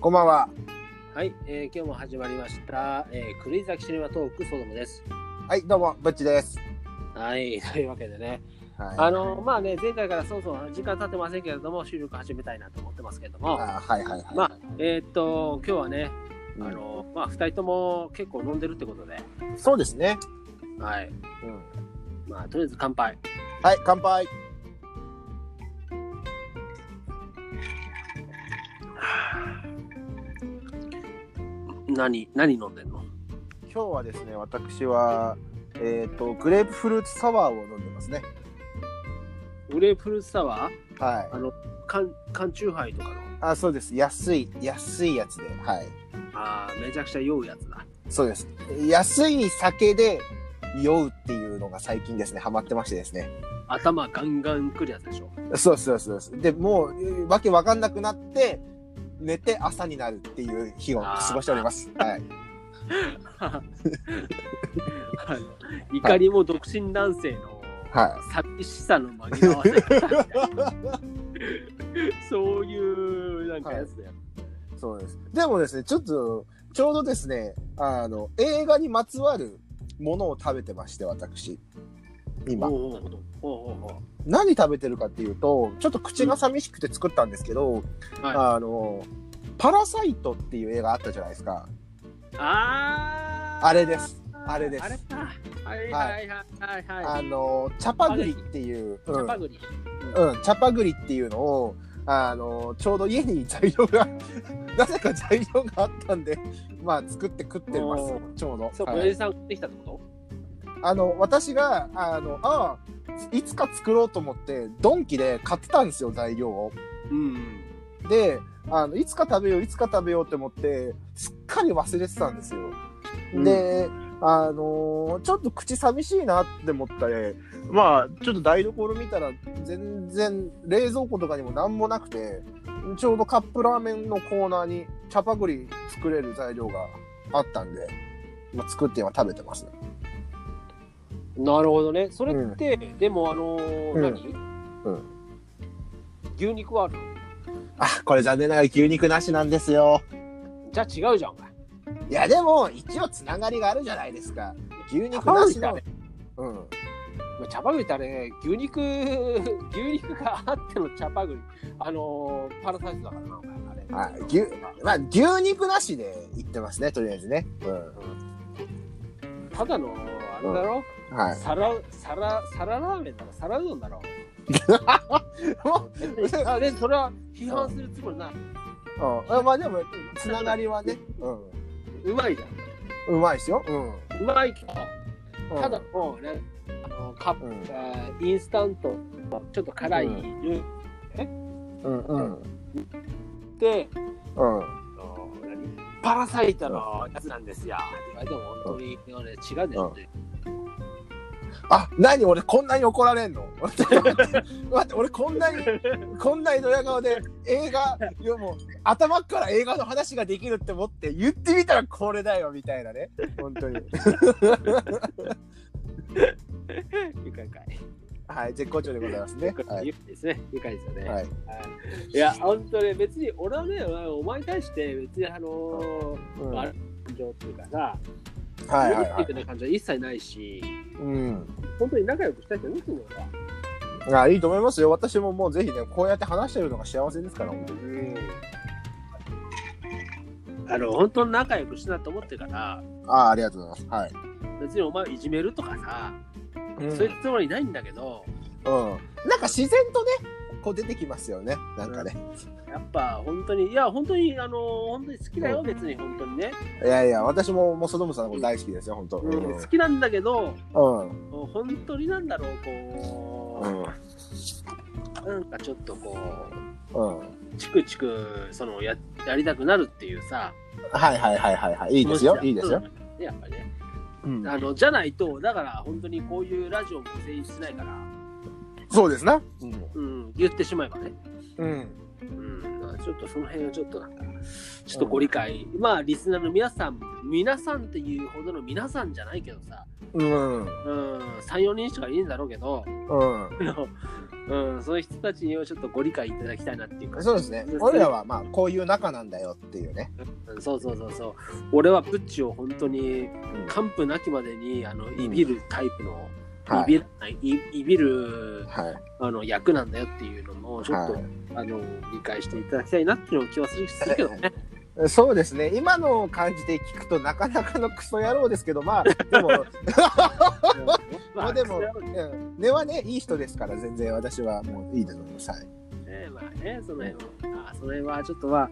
こんばんは。はい、えー今日も始まりました、えー、狂い咲きシネマトークソドムです。はい、どうも、ぶっちです。はい、 というわけでね、はい、あの、まあね、前回からそうそう時間経ってませんけれども、収録始めたいなと思ってますけれども、あはいはいはい。まあ、えーっと、今日はね、うんあの、まあ、二人とも結構飲んでるってことで、そうですね。はい、うん、まあ、とりあえず乾杯。はい、乾杯。何、何飲んでんの今日はですね、私は、えっ、と、グレープフルーツサワーを飲んでますね。グレープフルーツサワーはい。あの、缶、缶チューハイとかの、あ、そうです。安い、安いやつで。はい。あーめちゃくちゃ酔うやつだ。そうです。安い酒で酔うっていうのが最近ですね、ハマってましてですね。頭ガンガンくるやつでしょ。そうですそうですそうです。で、もう、えーわけわかんなくなって、寝て朝になるっていう日を過ごしております。はい。あの怒りも独身男性のは寂しさの紛らわせ方そういうなんかやつだよ、そうです。でもですね、ちょっと、ちょうどですね、あの、映画にまつわるものを食べてまして、私。今。おうおうおうおうお何食べてるかっていうと、ちょっと口が寂しくて作ったんですけど、うはいあの、パラサイトっていう映画あったじゃないですか。あーあれです。あれですあれかはいはいはいはいはいあの、チャパグリっていう、チうャんパグリうん、チャパグリっていうのを、あの、ちょうど家に材 料が、なぜか材料があったんで、まあ作って食ってまおす、ーちょうど。そうはいおじさんができたってこあの、私が、あの、ああ、いつか作ろうと思って、ドンキで買ってたんですよ、材料を。とうんで、あの、いつか食べよう、いつか食べようって思って、すっかり忘れてたんですよ。うんで、あのーちょっと口寂しいなって思ったね。まあ、ちょっと台所見たら、全然冷蔵庫とかにも何もなくて、ちょうどカップラーメンのコーナーに、チャパグリ作れる材料があったんで、まあ、作って今食べてますね。なるほどねそれって、でもあのーうん何、うん牛肉はあるあ、これ残念ながら牛肉なしなんですよ。じゃあ違うじゃんお前いやでも一応つながりがあるじゃないですか牛肉なしの、うん、まあ茶葉栗ってあれ牛肉 牛肉があっての茶葉栗あのーパラサイトだからなお前あれあ牛まあ牛肉なしで言ってますねとりあえずね、うただのあれだろ、ん、はい皿皿皿ラーメンだろ皿うどんだろ も、別にあでそれは批判するつもりないううん、まあでもつながりはね、ううまいじゃん、うまいですよ、うんんうまいけどうん、ただもうねあのカップ、うんあーインスタントちょっと辛いルうーうんうんで、あうんの何パラサイトのやつなんですよって言われても本当に、俺違うじゃんうんってあ何俺こんなに怒られんの 待って待って俺こんなにこんなにドヤ顔で映画いやもう頭から映画の話ができるって思って言ってみたらこれだよみたいなね本当に愉快かいはい絶好調でございま すねはい愉快ですね。愉快ですよね。はい。いや、本当ね、別に俺はね、お前に対して、別にあのうー、んは悪いい感情っていうかさ、はいネガはティいブ。な感情は一切ないし、うん。本当に仲良くしたいと思ってんのよ。あいいと思いますよ。私ももうぜひね、こうやって話してるのが幸せですから、本当に。うん。あの、本当に仲良くしたいなと思ってるから、ああ、ありがとうございます。別にお前をいじめるとかさ、はい。うん。そういうつもりないんだけど、うんなんか自然とね、こう出てきますよね。なんかね。やっぱ本当に、いや、本当に、あのー、本当に好きだよ、別に本当にね。いやいや、私ももうソドムさんのこと大好きですよ、本当。ううん好きなんだけど、ん。本当になんだろう、こう。うん。なんかちょっとこうん。う、チクチク、そのや、やりたくなるっていうさ。はいはいはいはいはい。いいですよ。いいですよ。うん。やっぱりね。うんあの、じゃないと、だから本当にこういうラジオも成立しないから、そうですな。うん。うん、言ってしまえばね。うん。うん、ちょっとその辺はちょっとなんか、ちょっとご理解。まあ、リスナーの皆さん、皆さんっていうほどの皆さんじゃないけどさ、うん。うん、3、4人しかいいんだろうけど、 うん。あのうん、そういう人たちにはちょっとご理解いただきたいなっていうか、そうですね。俺らはまあこういう仲なんだよっていうね。うんそうそうそうそう、俺はプッチを本当にうん完膚なきまでにあのんいびるタイプの、い、はい。びらないいいびるはい。あの役なんだよっていうのをちょっと、はいあの理解していただきたいなっていうのを気はするするけどね。そうですね。今の感じで聞くとなかなかのクソ野郎ですけど、まあ、でも、 ままああでも、それはうん根はね、いい人ですから、全然私はもういいと思います。はい。ねまあね、その辺は、あその辺はちょっとは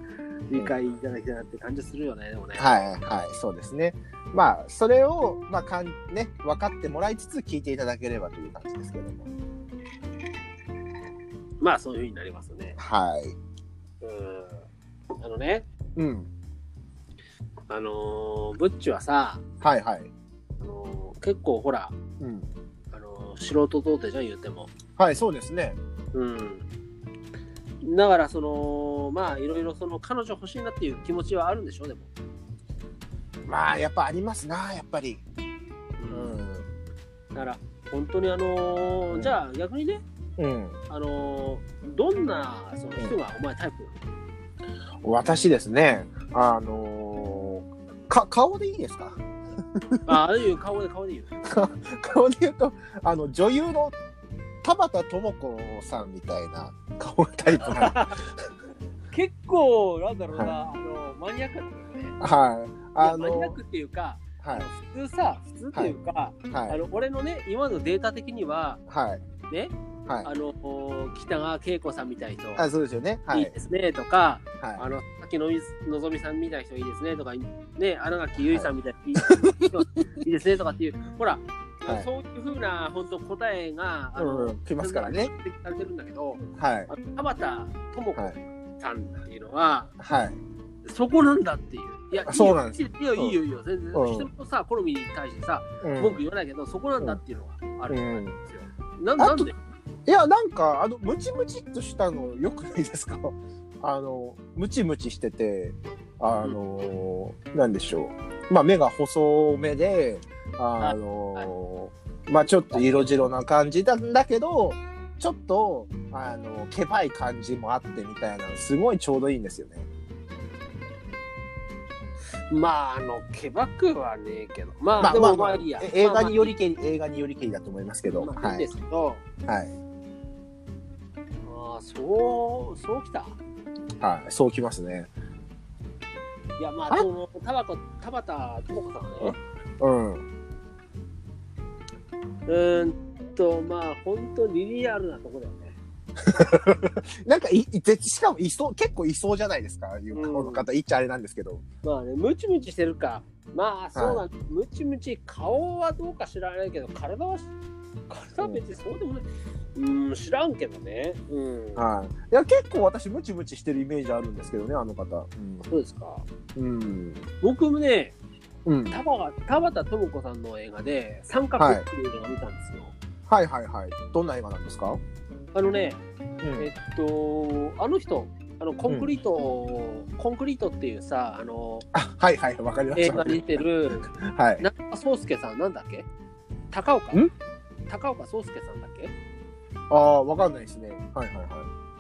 理解いただきたいなって感じするよね、でもね。はい、はい、そうですね。まあ、それを、まあ、かん、ね、分かってもらいつつ聞いていただければという感じですけども。まあそういうふうになりますよね。はい。うん。あのね、うん。あのーブッチはさ、はい、はい。あのー結構ほら、うん。あのー素人童貞じゃん言っても。はい、そうですね。うん。だからそのまあいろいろその彼女欲しいなっていう気持ちはあるんでしょでも。まあ、やっぱありますな、やっぱり。ううん。ん。だから本当にあのーうんじゃあ逆にね、うん。あのーどんなその人がお前タイプ 私ですね。あのーか、顔でいいですか。あああいう顔で顔で言う。顔で言うと、あの女優の田畑智子さんみたいな顔がタイプなの。結構なんだろうな、はあのマニアックだよね。はい。あいやマの、ニはアックっていうか、あいの、普通さ普通というか、はあい、の俺のね今のデータ的にははい、ね、はい。あの北川景子さんみたいな人。あ、そうですよね。はいいいで、すねとか、はあの滝のみのぞみさんみたいな人いいですねとか、ね、荒垣結衣さんみたい な人、い、いですねとかっていう、ほら、はいそういうふうな本当答えが、い。うんうん、来ますからね。。指摘されてるんだけど、はい、あの田畑智は子い、さんっていうのは、はい、そこなんだっていう。いや、いいよそうなんですいや、いいよ、いいよ、全然。うん人のさ、好みに対してさ、うん文句言わないけど、そこなんだっていうのがあるうんんですよ。なあなとんでいや、なんか、あの、ムチムチっとしたの、よくないですか。 あの、ムチムチしてて、あの、なんでしょう。まあ、目が細めで、あの、まあ、ちょっと色白な感じなんだけど。ちょっと、あの、けばい感じもあってみたいな、すごいちょうどいいんですよね。まあ、あの、けばくはねえけど、まあ、まあ、でまあ、もままああいいや、映画により、りけり、映画によりけりだと思いますけど。まあ、いいはんでい。すけど、はい。ああ、そう、そうきた。はい、そうきますね。いや、まああ、その、タバコ、田畑智子さんはね、うん。うーんと、まあ、本当にリアルなとこだよね。なんかい、いぜしかもいそう、結構いそうじゃないですか、いう顔の方、いっちゃあれなんですけど。まあね、ムチムチしてるか。まあ、そうなん、ムチムチ、顔はどうか知らないけど、体は、体は別にそうでもない。うん、知らんけどね。うん。はい。いや、結構私、ムチムチしてるイメージあるんですけどね、あの方。そうですか。うん。僕もね、うん。田畑田畑智子さんの映画で、三角っていうのを見たんですよ。はいはいはい。どんな映画なんですかあのね、うんえ。っと、あの人、あのコンクリート、コンクリートっていうさ、あのあ、はいはい、わかりま映した。画に出てるはい。中岡壮介さん、なんだっけ高岡ん高岡壮介さんだっけああ、わかんないですね。はいはいはい。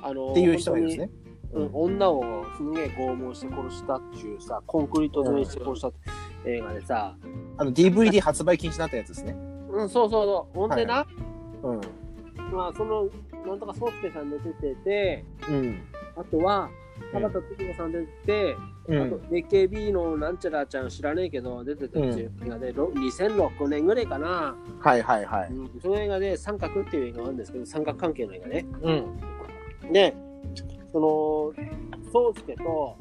あのっていう人がいるんですね。本当にうん女をすんげえ拷問して殺したっていうさ、コンクリート詰めにして殺したって映画でさ、あの、DVD 発売禁止になったやつですね。うん、そうそうそう、ほんでな、うん。まあ、その、なんとか壮介さん出てて、うん。あとは、田畑智子さん出てて、うあとん。 AKB のなんちゃらちゃん知らねえけど出てたっていう映画で、ろ2006年ぐらいかな、はいはいはい。うんその映画で「三角」っていう映画があるんですけど三角関係の映画ねうん。でその宗介と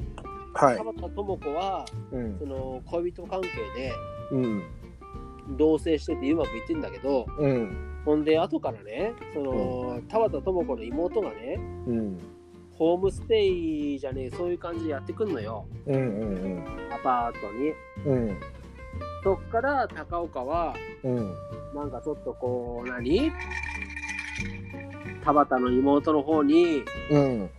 はい田。畑智子はうんそ。の恋人関係でうん。同棲しててうまくいってんだけどうん。ほんで後からねその田畑智子の妹がねうん。ホームステイじゃねえそういう感じでやってくんのようんうんアパートにうん。うん。そっから高岡はうん。なんかちょっとこう、何田畑の妹の方に、うん。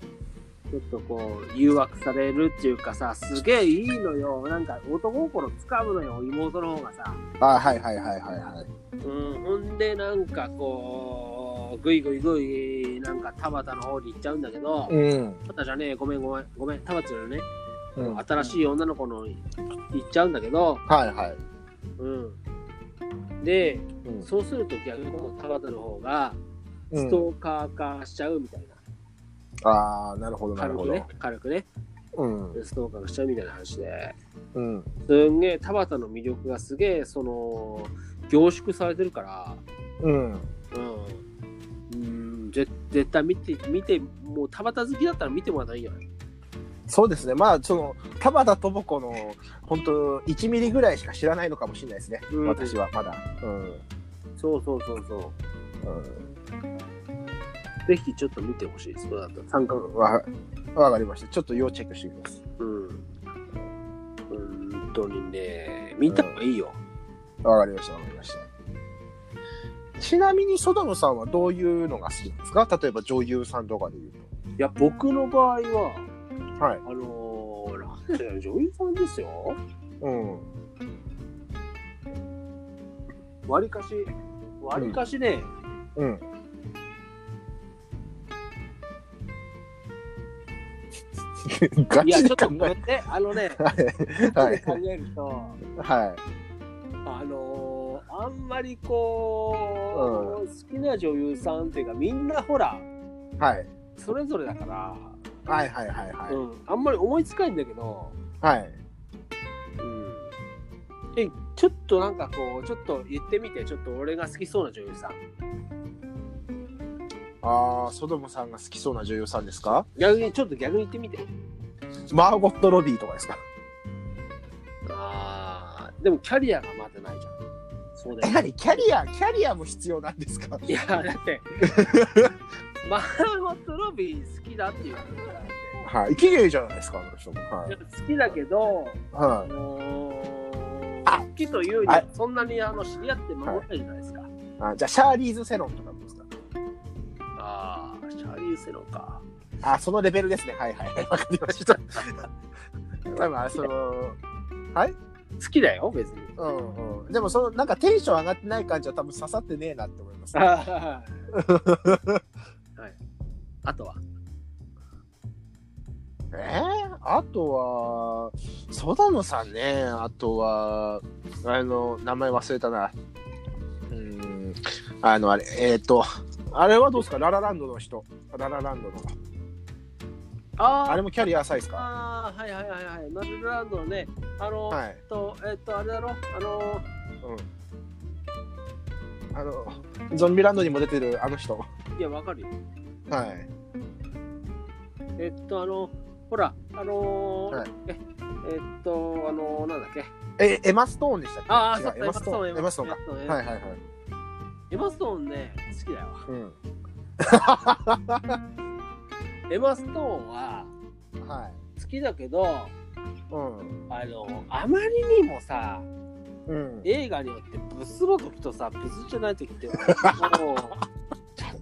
ちょっとこう、誘惑されるっていうかさ、すげえいいのよ。なんか男心つかむのよ、妹の方がさ。あはいはいはいはいはい。うん、ほんでなんかこう、ぐいぐいぐい、なんか田畑の方に行っちゃうんだけど、うん。田畑じゃねえ、ごめんごめん、ごめん、田畑のね、うん、はい新しい女の子の行っちゃうんだけど、はい。うん。で、うんそうすると逆にこの田畑の方が、うスん、トーカー化しちゃうみたいな。ああ、なるほどなる軽ほくど。ね、軽くね、うん。ストーカー化しちゃうみたいな話で。うん。すんげえ田畑の魅力がすげえその凝縮されてるからうん。うんうんぜ絶対見て見てもう田畑好きだったら見てもらったらいいよねそうですね。まあ、その、田畑智子の、本当1ミリぐらいしか知らないのかもしれないですね。うん私は、まだ。うん。そうそうそうそうんうぜひちょっと見てほしいですそうだったら参加うん。わ、わかりました。ちょっと要チェックしてみます。うん本当にね見た方がいいよ、わかりました、わかりました。ちなみに、ソダムさんはどういうのが好きなんですか例えば女優さんとかで言ういや僕の場合はと。はい。あのー、なんていうの女優さんですよ うん。わりかしわりかしね、うん。ガいやチちでょっと考こうえやってあのね はでい。考えると、はい。あのーあんまりこう、好きな女優さんっていうかみんなほらはい。それぞれだから、はいはいはいはい。うん、あんまり思いつかないんだけど、はい。うん、えちょっとなんかこうちょっと言ってみてちょっと俺が好きそうな女優さんああ、ソドムさんが好きそうな女優さんですか逆にちょっと逆に言ってみてマーゴット・ロビーとかですかあーでもキャリアがまだないじゃんそうだえ、よね何キャリア、キャリアも必要なんですかいやだって マーゴット・ロビー好きだっていうことだってはい。綺麗じゃないですか、あの人も。はいいや。好きだけどあはい。のーあ好きというにははいそんなにあの知り合って守らないじゃないですか。あじゃあ、シャーリーズ・セロンとかどうですかああ、シャーリー・セロンか。あ、そのレベルですね。はいはいはい。わかりました。まあまあ、その、好きだよ、別に。うんうん。でも、その、なんかテンション上がってない感じは多分刺さってねえなって思います、あはい、あとはえー、あとは、ソダムさんね、あとは、あの、名前忘れたな。うーん、あの、あれ、えっ、と、あれはどうですかララランドの人。ララランドの。ああれもキャリア浅いですかあー、はいはいはいはい。ノルランドのね、あの、はい。えっと、えっと、あれだろ、あの、うん。あの、ゾンビランドにも出てるあの人。はいや、わかるよ。い。えっと、あの、ほら、あのーはいえ、えっと、あのなんだっけ。え、エマストーンでしたっけああ、違そうエマストーン。エマストーンエか。マストーンはいはいはい。エマストーンね、好きだよ。うん。エマ・ストーンははい。好きだけどあうん。のあまりにもさうん。映画によってブスの時とさブスじゃない時って あのちょっ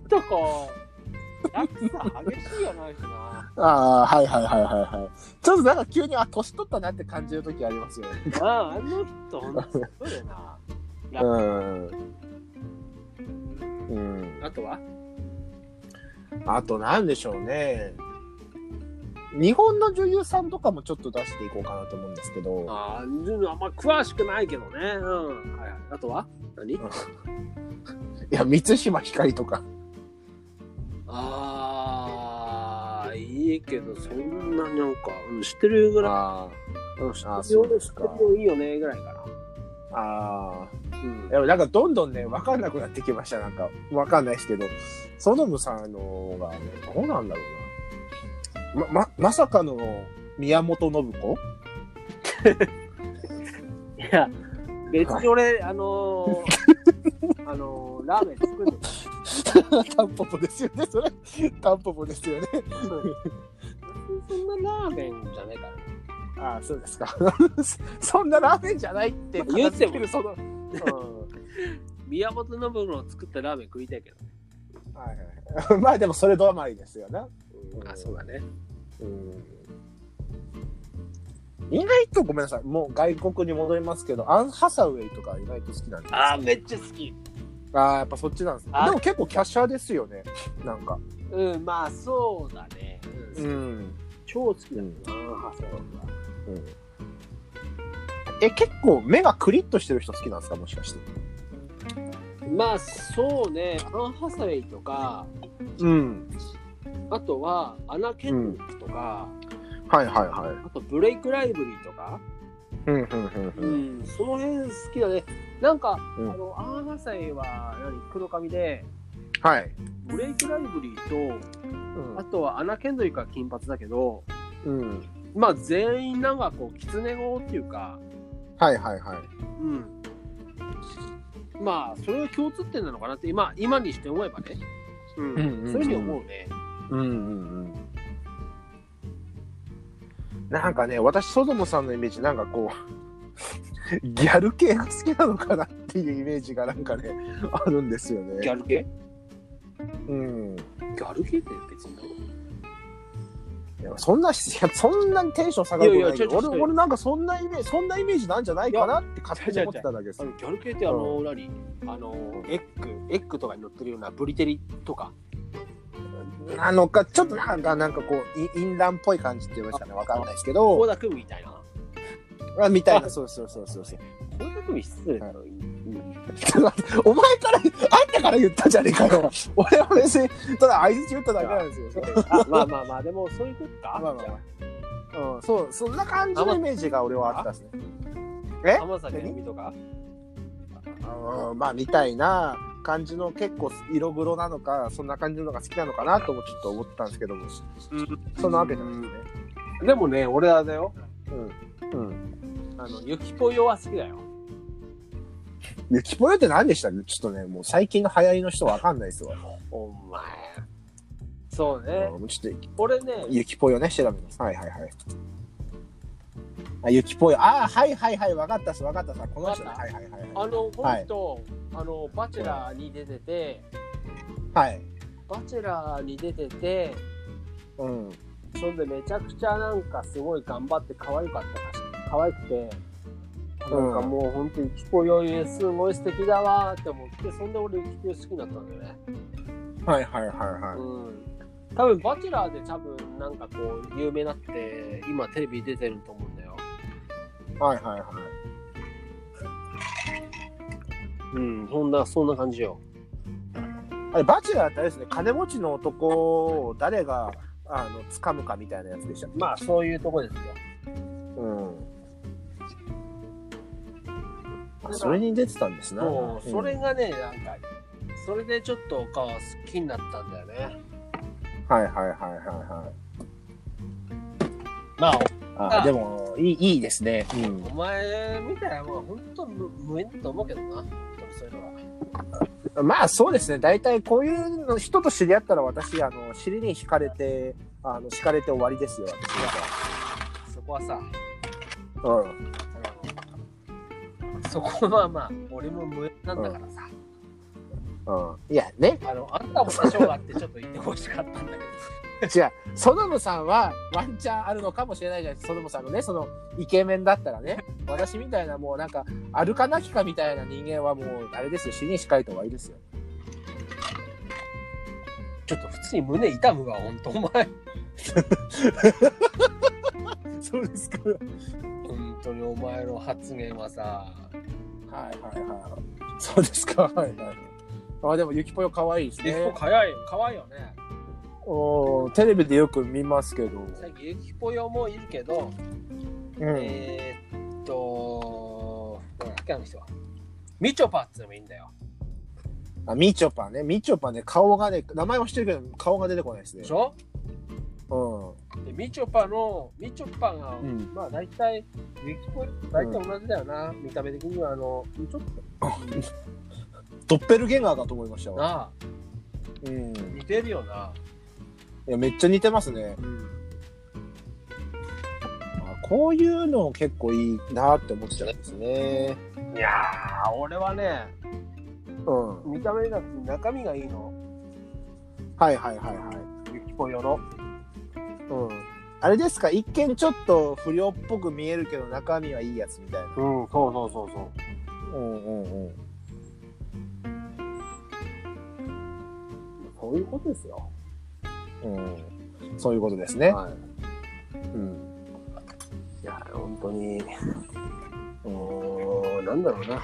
とこう落差激しいよなあの人なああ、はいはいはいはいはい。ちょっとなんか急に、あ、年取ったなって感じる時ありますよね。あああの人ほんとすごいよなやうん。うん。あとはあとなんでしょうね。日本の女優さんとかもちょっと出していこうかなと思うんですけど、あああんま詳しくないけどねうん、はいはい、あとは何いや、満島ひかりとか。ああいいけどそんなになんかうん知ってるぐらいあうん知ってあるそようですか知ってるよいいよねぐらいかあ、ああ。なうんでもなんかどんどんね、わかんなくなってきました。なんか、わかんないですけど、ソノムさんのがね、どうなんだろうな。ま、ま、まさかの宮本信 子いや、別に俺、あの ーあのーラーメン作るのタンポポですよね、それ。タンポポですよね。そんなラーメンじゃねえから。ああ、そうですか。 そんなラーメンじゃないって言っても片付けるその。宮本信子の作ったラーメン食いたいけどね。 はいはい、まあでもそれどまりですよね。あ、そうだね。うん意外とごめんなさい。もう外国に戻りますけど、アン・ハサウェイとか意外と好きなんで。ああ、めっちゃ好き。ああ、やっぱそっちなんですね。あでも結構キャッシャーですよね。なんか。うん、まあそうだね。うんん。超好きだよな、ハサウェイは。え、結構目がクリッとしてる人好きなんですかもしかして。まあそうね、アン・ハサウェイとか、うん。あとはアナ・ケンドリックとか、はいはいはい。あとブレイク・ライブリーとか、うんうんうんう。ん、その辺好きだね。なんか、うんあのアン・ハサウェイは何黒髪で、はい。ブレイク・ライブリーと、うんあとはアナ・ケンドリックは金髪だけど、うん。まあ全員なんかこう、狐顔っていうか、はいはいはい。うん。まあ、それが共通点なのかなって、今、今にして思えばね。うん。うんうんうんそういうふうに思うね。うんうんうん。なんかね、私、ソドモさんのイメージ、なんかこう、 ギャル系が好きなのかなっていうイメージがなんかね、あるんですよギね。ャル系うん。ギャル系って別に。いやそんな、いやそんなにテンション下がることないけどいやいやちょちょち俺、ょ俺なんかそんなイメージ、そんなイメージなんじゃないかなって勝手に思ってただけですあ。のギャル系ってあの、何あの、エッグ、エッグとかに乗ってるようなブリテリとか。なのか、ちょっとなんか、なんかこう、イインランっぽい感じって言いましたね。わかんないですけど倖、田來未みたいな。あみたいな、そうそうそうそう そう。倖田來未失礼だろ。ちょっと待ってお前から、あんたから言ったじゃねえかよ。 俺は別に、ただ相づち打っただけなんですよ。あまあまあまあ、でもそういうことか。まあまあまあ。うん、そう、そんな感じのイメージが俺はあったですね。じゃあ浜崎あゆみとか。うん、まあ、みたいな感じの結構色黒なのか、そんな感じのが好きなのかなともちょっと思ったんですけども、そんなわけじゃないですね。でもね、俺はだよ。うん。うん。あの、ゆきぽよは好きだよ。ゆきぽよって何でしたねちょっとね、もう最近の流行りの人わかんないですわ。お前。そうね。うんちょっと、俺ね、ゆきぽよね、調べます。はいはいはい。あ、ゆきぽよ。ああ、はいはいはい、わかったっす、わかったっす。この人ね。わかはいはいはいはい。あの、この人、あの、バチェラーに出てて、はい。バチェラーに出てて、うん。そんでめちゃくちゃなんかすごい頑張って可愛かったらしい。可愛くて、なんかもう本当にキコヨイすごい素敵だわーって思って、そんで俺キコヨ好きになったんだよね。はいはいはいはうん。多分バチェラーで多分なんかこう有名になって、今テレビ出てると思うんだよ。い。はいはいはい。うん、そんな、そんな感じよ。あれ、バチェラーってあれですね、金持ちの男を誰が、あの、掴むかみたいなやつでした。まあそういうとこですよ。うん。あそれに出てたんですね。そう、んそれがね、なんか、それでちょっとか好きになったんだよね。はいはいはいはいはい。まあ、ああでもいい、いいですね。うんお前みたいなもんは本当無無縁だと思うけどな。本当にそういうのは。まあそうですね大体こういうの人と知り合ったら私あの尻に引かれてあの引かれて終わりですよそこはさ、私は、うん、そこはまあ、俺も無縁なんだからさ。うん、いやねあの、あんたも多少があってちょっと言ってほしかったんだけど。違う園ムさんはワンチャンあるのかもしれないじゃないですか園ムさんのねそのイケメンだったらね私みたいなもうなんか歩かなきかみたいな人間はもうあれですよ尻に敷かれて終わりですよちょっと普通に胸痛むわ、本当お前。そうですか本当にお前の発言はさ。はいはいはいそうですかはいはいあでもゆきぽよ可愛いですゆきぽねかわいい、かわいいよね。おーテレビでよく見ますけど最近ゆきぽよもいるけど、うんえー、っと、なんだっけ、あの人は。みちょぱっつうのもいいんだよ。あ、みちょぱね。みちょぱね、顔がね、名前は知ってるけど、顔が出てこないですねでし。ょうん。でみちょぱの、みちょぱが、ん。まあ大体、ゆきぽよと大体同じだよな、見た目的には、あの、ちょっドッペルゲンガーかと思いましたとわ。な、うん。い似てるよな。や、めっちゃ似てますね。うん。あこういうの結構いいなって思っちゃうんですね。いやー、俺はね、うん。見た目じゃなくて中身がいいの、はいはいはいはい。ゆきぽよの。うん。あれですか一見ちょっと不良っぽく見えるけど中身はいいやつみたいな。うん、そうそうそうそう。うんうんうん。そういうことですよ。うん、そういうことですね。はい。うん。いや、本当に、うーん、なんだろうな。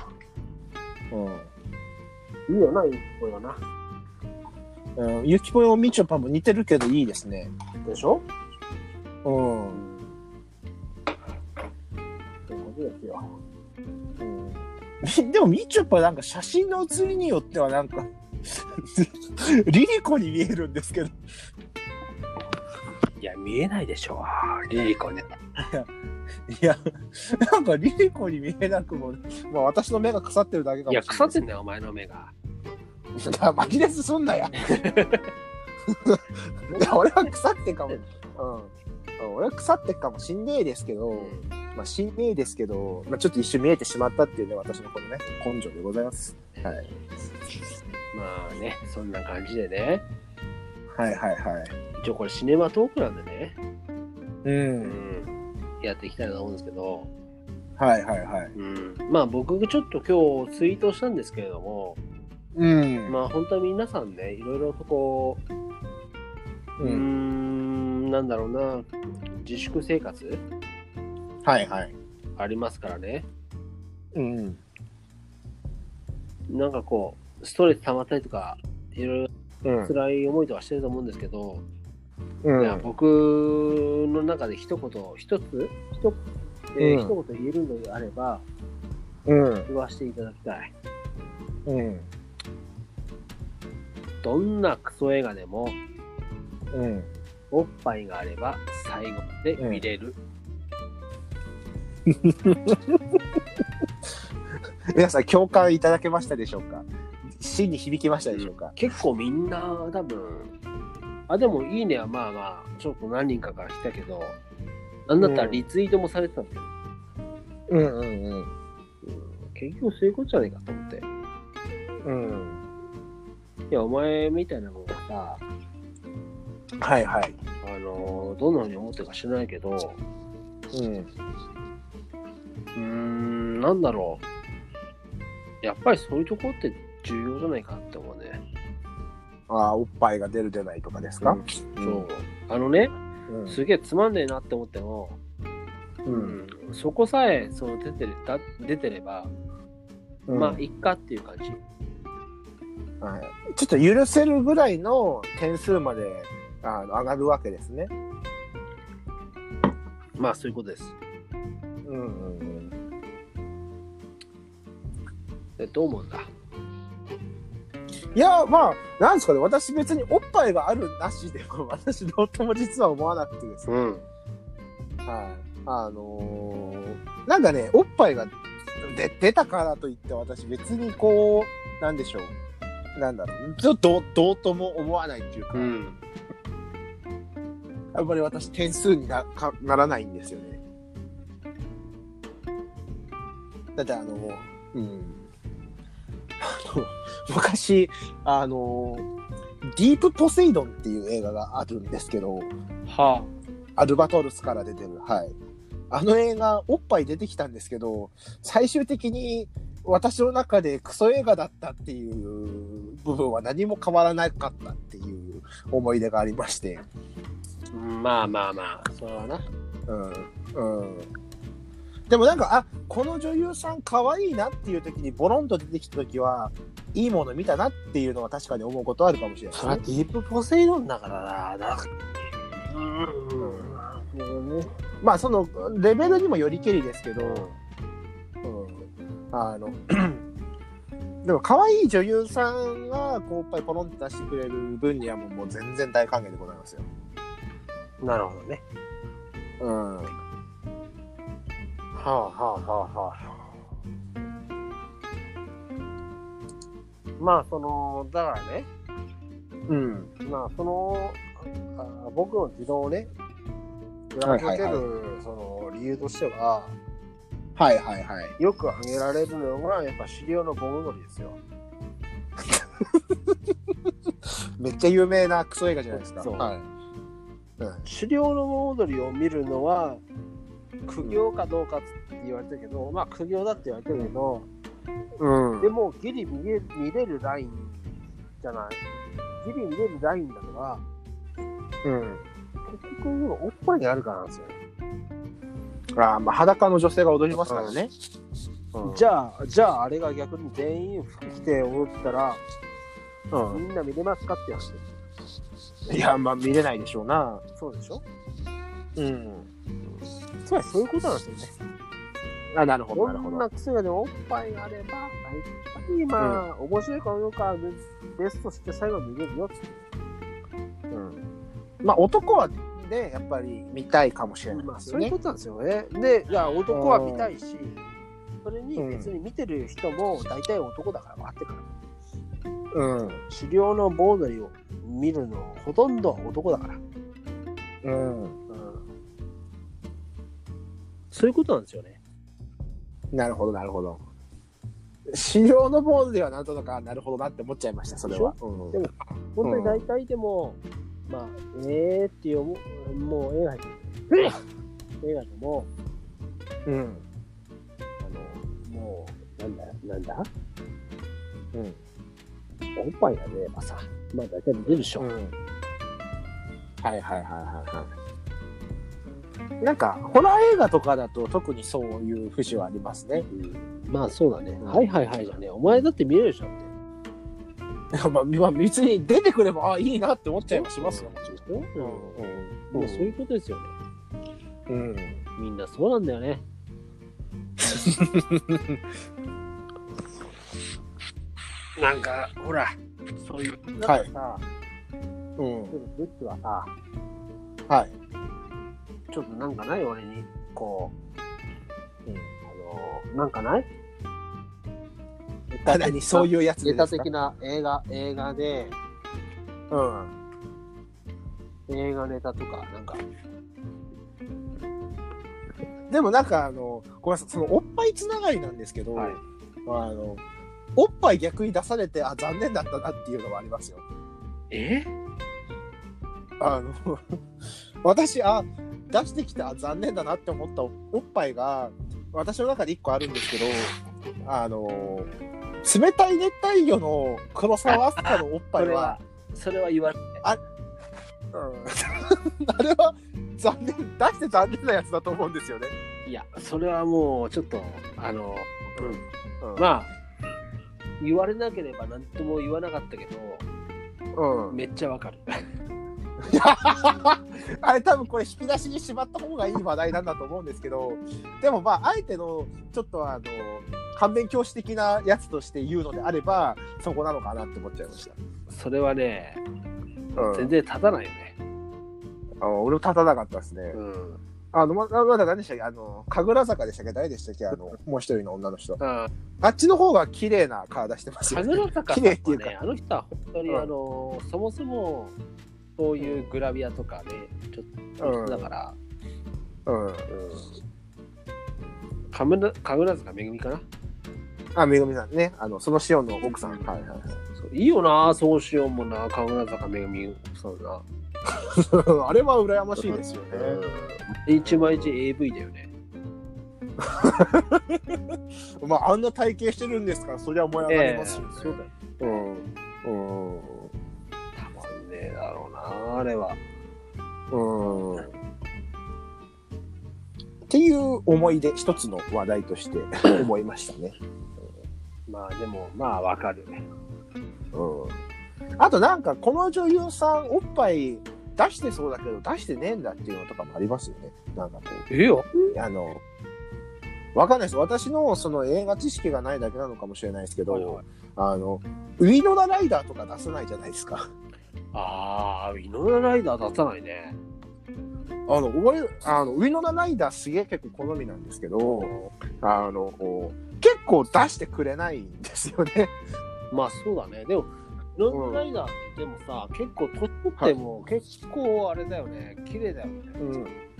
うん。いいよな、いい声はな。うん、ゆきぽよみちょぱも似てるけどいいですね。でしょうん。 うそういうことですよ。んでもみちょぱなんか写真の写りによってはなんか リリコに見えるんですけどいや、見えないでしょう。リリコね。いやなんかリリコに見えなくも、まあ、私の目が腐ってるだけかもいしれや、ない腐ってんだよ、お前の目が。いや巻き出すすん なやいや俺は腐ってかも、うん、俺は腐ってかもしんねえですけど、まあ、しんねえですけど、まあ、ちょっと一瞬見えてしまったっていうね私のこのね根性でございますはいまあね、そんな感じでね。はいはいはい一応これシネマトークなんでね。ううんん。やっていきたいなと思うんですけど。はいはいはいうん。まあ僕ちょっと今日ツイートしたんですけれども、うん、まあ本当に皆さんね、いろいろとこう、うーん、なんだろうな、自粛生活はいはいありますからね。うんなんかこう、ストレス溜まったりとか、いろいうんろ辛い思いとかしてると思うんですけど、ういやん僕の中で一言、一つ、一,、えーうん一言言えるのであれば、うん言わせていただきたい。うんどんなクソ映画でも、うんおっぱいがあれば最後まで見れる。皆さん共感いただけましたでしょうか真に響きましたでしょうか、結構みんな多分、あ、でもいいねはまあまあ、ちょっと何人かから来たけど、なんだったらリツイートもされてたんだよ。うん、うんうんうん結局そういうことじゃないかと思って。いうんや、お前みたいなもんがさ、はいはいあのーどんなふうに思ってるか知らないけど、ううんーん、なんだろう。やっぱりそういうとこって重要じゃないかって思うね。ああおっぱいが出る出ないとかですか、うんそう。あのね、うんすげえつまんねえなって思っても、うんうんそこさえその出てれだ出てれば、うんまあいっかっていう感じはいちょっと許せるぐらいの点数まであの上がるわけですね。まあそういうことですうんうんでどう思うんだうん、いやまあなんですかね私別におっぱいがあるなしでも私どうとも実は思わなくてですね、んはい、あのーなんかねおっぱいが出出たからといって私別にこうなんでしょうなんだろうちょっとどうどうとも思わないっていうか、うんあんまり私点数になかならないんですよね。だってあの、うん。あの、昔、あの、ディープポセイドンっていう映画があるんですけど、はアルバトルスから出てる。はい。あの映画、おっぱい出てきたんですけど、最終的に私の中でクソ映画だったっていう部分は何も変わらなかったっていう思い出がありまして。あまあまあまあそれはなうんうんでもなんかあこの女優さん可愛いなっていう時にボロンと出てきた時はいいもの見たなっていうのは確かに思うことはあるかもしれない、ね、ディープポセイドンだからなだうんねまあそのレベルにもよりけりですけど、うん、あの でも可愛い女優さんがこうおっぱいポロンと出してくれる分にはもうもう全然大歓迎でございますよなるほどねうんはあはあはあはあまあそのだからねうんまあ、そのあ僕の持論をね、裏付ける、はいはいその理由としては、はいはいはいよく挙げられるのが、やっぱ狩猟の盆踊りですよ。めっちゃ有名なクソ映画じゃないですかそうはいうん狩猟の盆踊りを見るのは苦行かどうかって言われてるけど、まあ苦行だって言われてるけど、うんでもギリ見れ見れるラインじゃないギリ見れるラインだからうん結局おっぱいにあるからなんですよ、あーまあ裸の女性が踊りますからね、うんじゃあじゃああれが逆に全員服着て踊ったらうんみんな見れますかって話いや、まあ見れないでしょうな。そうでしょうん。つまりそういうことなんですよねあ、なるほど、どなるほんど。な薬でもおっぱいがあれば、やっぱりまあ、面白いかどうかはベストして最後見れるよってうん、まあ男はね、やっぱり見たいかもしれないまあ、ですそよういうね。ことなんですよね。で、いや、男は見たいし、それに別に見てる人も大体男だから分かってるから、うん。狩猟の盆踊りを見るのほとんど男だから、うん。そういうことなんですよね。なるほど、なるほど。狩猟の坊主ではなんとなく、あなるほどなって思っちゃいました、それは。うんでも本当に大体でも、まあ、ええー、って思う、もう映画で、映画でも、うん。あの、もう、なんだ、なんだ、うん。おっぱいが出ればさ、まあ大体出るでしょ。うんはいはいはいはいはい。なんか、ホラー映画とかだと特にそういう節はありますね。 まあそうだね、うんはいはいはいじゃねえお前だって見れるでしょってまあ、まあ別に出てくれば、あ、いいなって思っちゃいはしますよ。でしょ、ううんんもうそういうことですよねうん。みんなそうなんだよねなんか、ほら。そういうはないんかさちょっとうん。ブッチはさはい。ちょっとなんかない俺にこうあのーなんかないただにそういうやつでネでタすか的な映画映画でうん。映画ネタとかなんかでもなんかあの、ごめんなさい、そのおっぱいつながりなんですけど、はいまああの、おっぱい逆に出されて、あ、残念だったなっていうのはありますよ。えあの、 私、あ、出してきた、あ残念だなって思ったおおっぱいが、私の中で一個あるんですけど、あの、冷たい熱帯魚の黒沢明日香のおっぱいは、それは言われうん あれは残念出して残念なやつだと思うんですよね。いやそれはもうちょっとあのうんまあ言われなければ何とも言わなかったけどうん、めっちゃわかるあれ多分これ引き出しにしまった方がいい話題なんだと思うんですけどでもまああえてのちょっとあの反面教師的なやつとして言うのであればそこなのかなって思っちゃいました。それはねうん全然立たないよね、あ俺も立たなかったですね。うん、あのままだ何でしたっけあの神楽坂でしたっけ誰でしたっけあのもう一人の女の人。ああっちの方が綺麗な体してますよね。神楽坂さん綺麗っていはうかねあの人は本当に、うんあのそもそもそういうグラビアとかねちょっとうんだから、うん。うん神楽神楽坂めぐみかなあめぐみさんねあのその塩の奥さん。はいはいはい。 そういいよなそうしようもな神楽坂めぐみそうなあれは羨ましいですよね。うん、一毎日 AV だよねまあ、あんな体型してるんですから、そりゃ燃え上がりますよね。そうだようん。たまんねえだろうなあれはうん。うん。っていう思い出、一つの話題として 思いましたね。まあでもまあわかるねうん。あとなんか、この女優さん、おっぱい出してそうだけど、出してねえんだっていうのとかもありますよね。なんかこええよう、あの、わかんないです。私のその映画知識がないだけなのかもしれないですけど、あの、ウィノナライダーとか出さないじゃないですか。ああ井上ライダー出さないねあの、俺、あの、ウィノナライダーすげえ結構好みなんですけど、あの、結構出してくれないんですよね。まあそうだねでも井上ライダーってでもさ、結構年取っても結構あれだよね綺麗だよね、う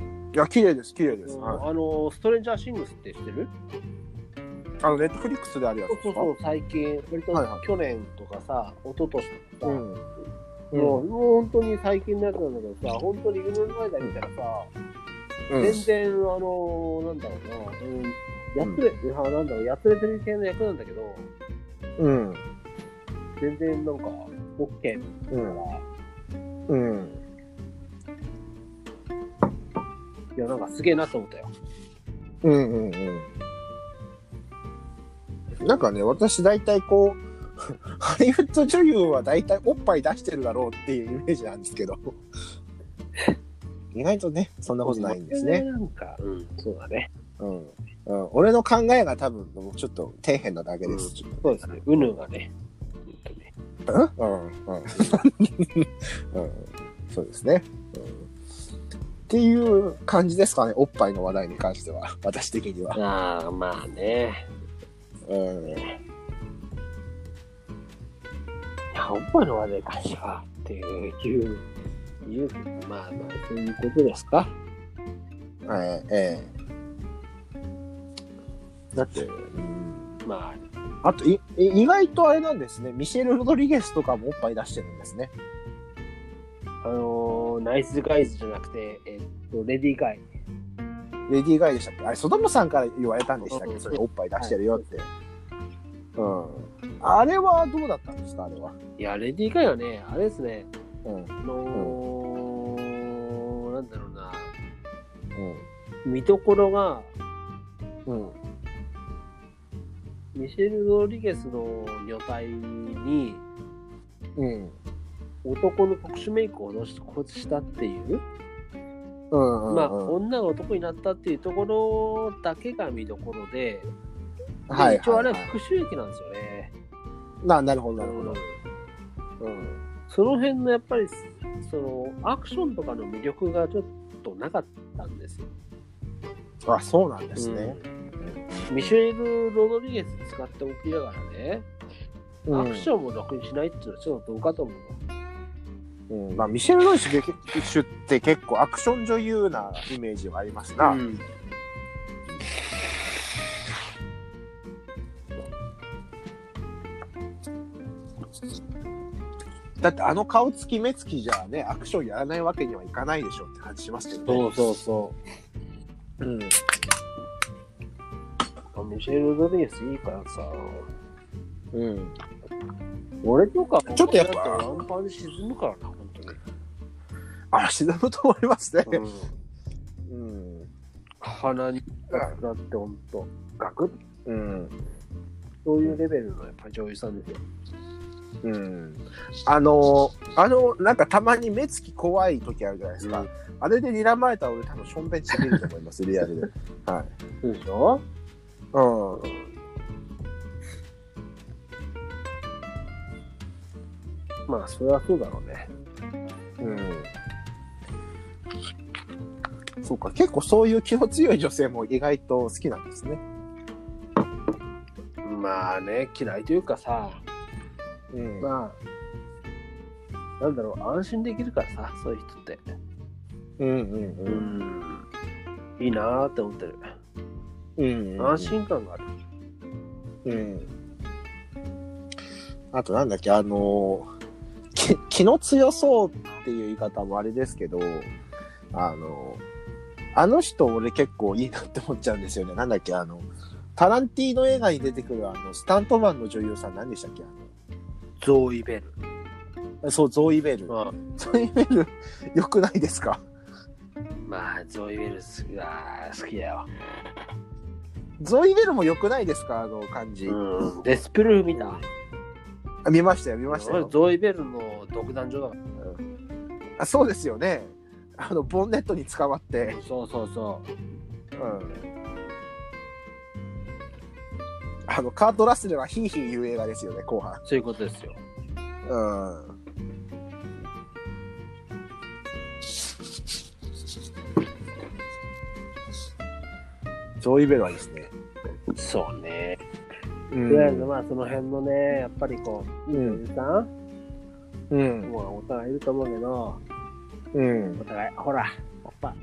ん。いや、綺麗です、綺麗です。うんはいあのストレンジャーシングスって知ってるあの、ネットフリックスであるやつそうでそすうかそう最近割とはいはい去年とかさ、一昨年とかさ、ん。うんもう、もう本当に最近のやつなんだけどさ、本当に夢の間見たらさ、うん全然、あのー、なんだろうな、うん、やつれ、あなんだろう、やつれてる系の役なんだけど、うん全然なんか、オッケーうだんから、うんいや、なんかすげえなと思ったよ。うんうんうん。なんかね、私大体こう、 ハリウッド女優は大体おっぱい出してるだろうっていうイメージなんですけど、 意外とね、そんなことないんですね。なんか、うん、そうだね。うん。うん、俺の考えが多分、僕ちょっと底辺なだけです。そうですね、うぬがね、本当に。うん、 うん、うん、そうですね、うん。っていう感じですかね、おっぱいの話題に関しては、私的には。ああ、まあね。うん、いや、おっぱいの話題かしらっていう、いう、いうまあまあ、そういうことですか。ええええだって、まあとい、い意外とあれなんですね。ミシェル・ロドリゲスとかもおっぱい出してるんですね。あ、あのーナイスガイズじゃなくて、えっと、レディーガイ。レディー・ガイでしたっけあれ、ソダムさんから言われたんでしたっうけんそれおっぱい出してるよって。うん。あれはどうだったんですかあれは。いや、レディーガイはね、あれですね、うん。うんあ。のーなんだろうな、見どころが、うん。ミシェル・ロドリゲスの女体に、うん。男の特殊メイクを施しこしたっていう、うん。うんまあ、女が男になったっていうところだけが見どころで、はい。一応あれははいはい復讐劇なんですよね。な、なるほど、なるほどうん。うん。その辺のやっぱりそのアクションとかの魅力がちょっとなかったんですよ。あ、そうなんですね。うんミシェル・ロドリゲス使っておきながらね、アクショョンンも楽にしないっていうのはちょっとどうかと思うの。。うんまあ、ミシェル・ロイシュシュって結構アクション女優なイメージはありますな。うんだってあの顔つき目つきじゃねアクションやらないわけにはいかないでしょって感じしますけどね。そうそうそうんう。ミシェル・ロドリゲスいいからさ、うん、俺とかちょっとやっぱワンパンに沈むからな、本あ沈むと思いますね当。 に。うん、鼻にだって本当ガクッうん、そういうレベルのやっぱり女優さんですよ。うん。あのあのなんかたまに目つき怖い時あるじゃないですか。うんあれで睨まれたら俺多分しょんべんちびると思いますリアルで。はい。そうでしょ うん。まあそれはそうだろうね。うんそうか結構そういう気の強い女性も意外と好きなんですね。まあね嫌いというかさうんまあなんだろう安心できるからさそういう人ってうんうんう。んいいなーって思ってるうんうん安心感があるうん。あとなんだっけ、あのーき、気の強そうっていう言い方もあれですけど、あのーあの人俺結構いいなって思っちゃうんですよね。なんだっけ、あの、タランティーノ映画に出てくるあの、スタントマンの女優さん何でしたっけあゾーイベルのそう、ゾーイベル。まあゾーイベル、良くないですかまあゾーイベル好きだ好きだよ、ゾーイベルも良くないですかあの感じ。うん、デスプルー見たあ見ましたよ、見ました俺よ。ゾーイベルの独壇場だからあそうですよね。あの、ボンネットに捕まって。そうそうそあのカート・ラッセルがヒーヒー言う映画ですよね後半うそういうことですようんジョイ・ベルはいいですねそうねうとりあえずまあその辺のねやっぱりこうう女ん優さんうんまあお互いいると思うけどうんお互いほらやっぱ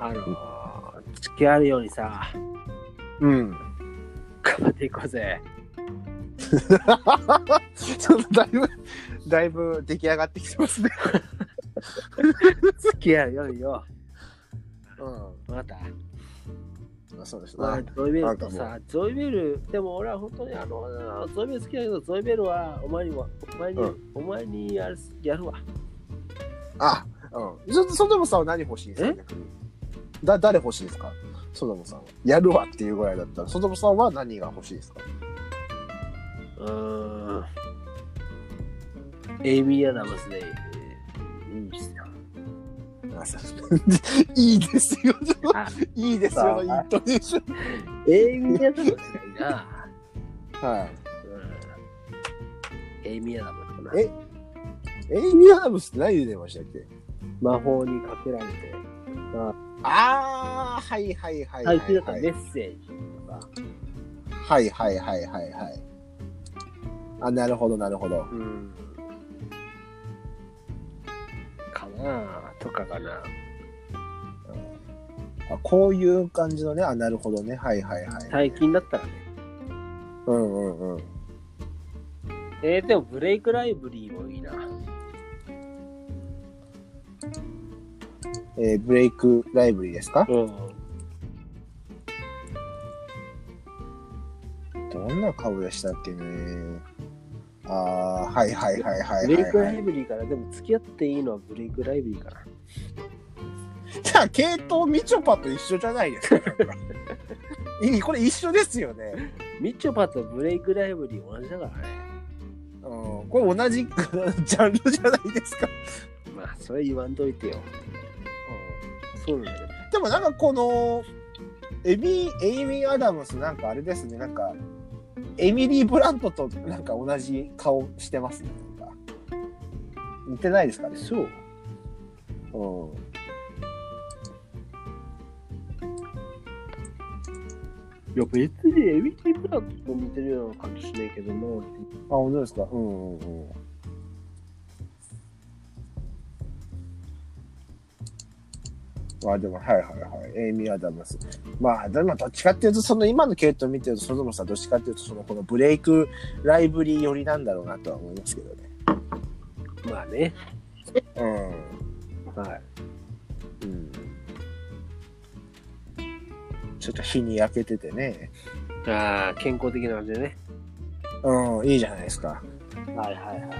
あのー、付き合えるようにさうん頑張っていこうぜ ちょっとだいぶ、だいぶ出来上がってきてますね。付き合うよいよ。うまた。ん。そうですね。まあ、ゾイベルとなさ、ゾイベル、でも俺は本当にあの、ゾイベル好きだけど、ゾイベルはお前には、お前に、うお前にやるやるわ。あ、うん。ちょっと、そでもさんは何欲しいですかえ逆にだ、誰欲しいですかそでもさんは。やるわっていうぐらいだったら、そでもさんは何が欲しいですかうーん。エイミー・アダムスで、いいですよ。 いいですよ。あいいですよのイントネーショエイミー・アダムスがいいな。ン。はい。うん。エイミー・アダムスかなえエイミー・アダムスって何で出ましたっけ魔法にかけられて、ああ、はいはいはいは最い、近だったはらい。メッセージとか、はいはいはいはいはい。あ、なるほどなるほど。うん。かなとかかな。あこういう感じのね、あ、なるほどね。はいはいはい。最近だったらね。うんうんうん。えー、でもブレイクライブリーもいいな。えーブレイクライブリーですかうん。どんな顔でしたっけね。ああー、はいはいはいはいブレはイクラい、はイい。ブリーから、でも付き合っていいのはブレイクライブリーかな。じゃあ、系統みちょぱと一緒じゃないですか。 いい、これ一緒ですよね。みちょぱとブレイクライブリー同じだからね。うんこれ同じ ジャンルじゃないですか。まあ、それ言わんといてよ。そうなんだけど。でもなんかこのエミエイミー・アダムスなんかあれですねなんかエミリー・ブラントとなんか同じ顔してますねなんか似てないですかね、そううん、いや、別にエビティブラックと似てるような感じしないけどな。あ本当ですかうんうんうんまあでも、はいはいはい。エイミー・アダムス。まあ、でもどっちかっていうと、その今の系統見てると、そのさ、どっちかっていうと、そのこのブレイクライブリー寄りなんだろうなとは思いますけどね。まあね。うん。はい。うんちょっと日に焼けててね。ああ、健康的な感じでね。うん、いいじゃないですか。はいはいはい。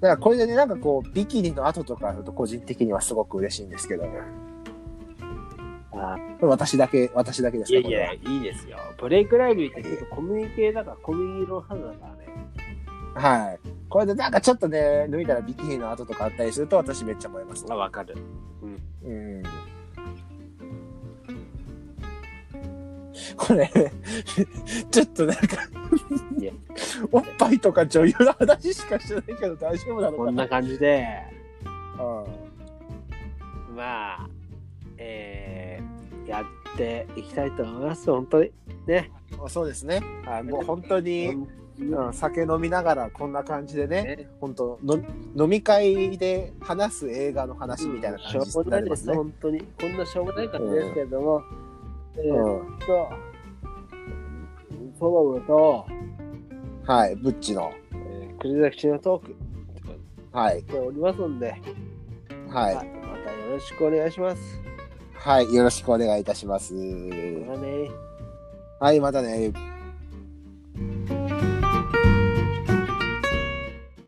だからこれでね、なんかこう、ビキニの後とかあると個人的にはすごく嬉しいんですけどね。あ私だけ、私だけですいやかいや、いいですよ。ブレイクライブリーって結構コミュニケだから、コミュニ色の肌だからね。これははい。これでなんかちょっとね、脱いだらビキニの後とかあったりすると私めっちゃ燃えますね。わかる。うん。これ、ちょっとなんかいや、おっぱいとか女優の話しかしてないけど大丈夫なのこかんなな感じで、うんまあ、えー、やっていきたいと思います。本当に。ね。あそうですね。はい、もう本当に、う、うん酒飲みながらこんな感じでね、ね本当の飲み会で話す映画の話みたいな感しじょうにもなないりでますすね、ね。本当に。こんなしょうもない感じですけれども、えうー、っん、と、トモブと、はい、ブッチの、えー、栗崎氏のトーク、はい、しておりますんで、はい、またよろしくお願いします。はい、よろしくお願いいたします。またねはい、またね。バイ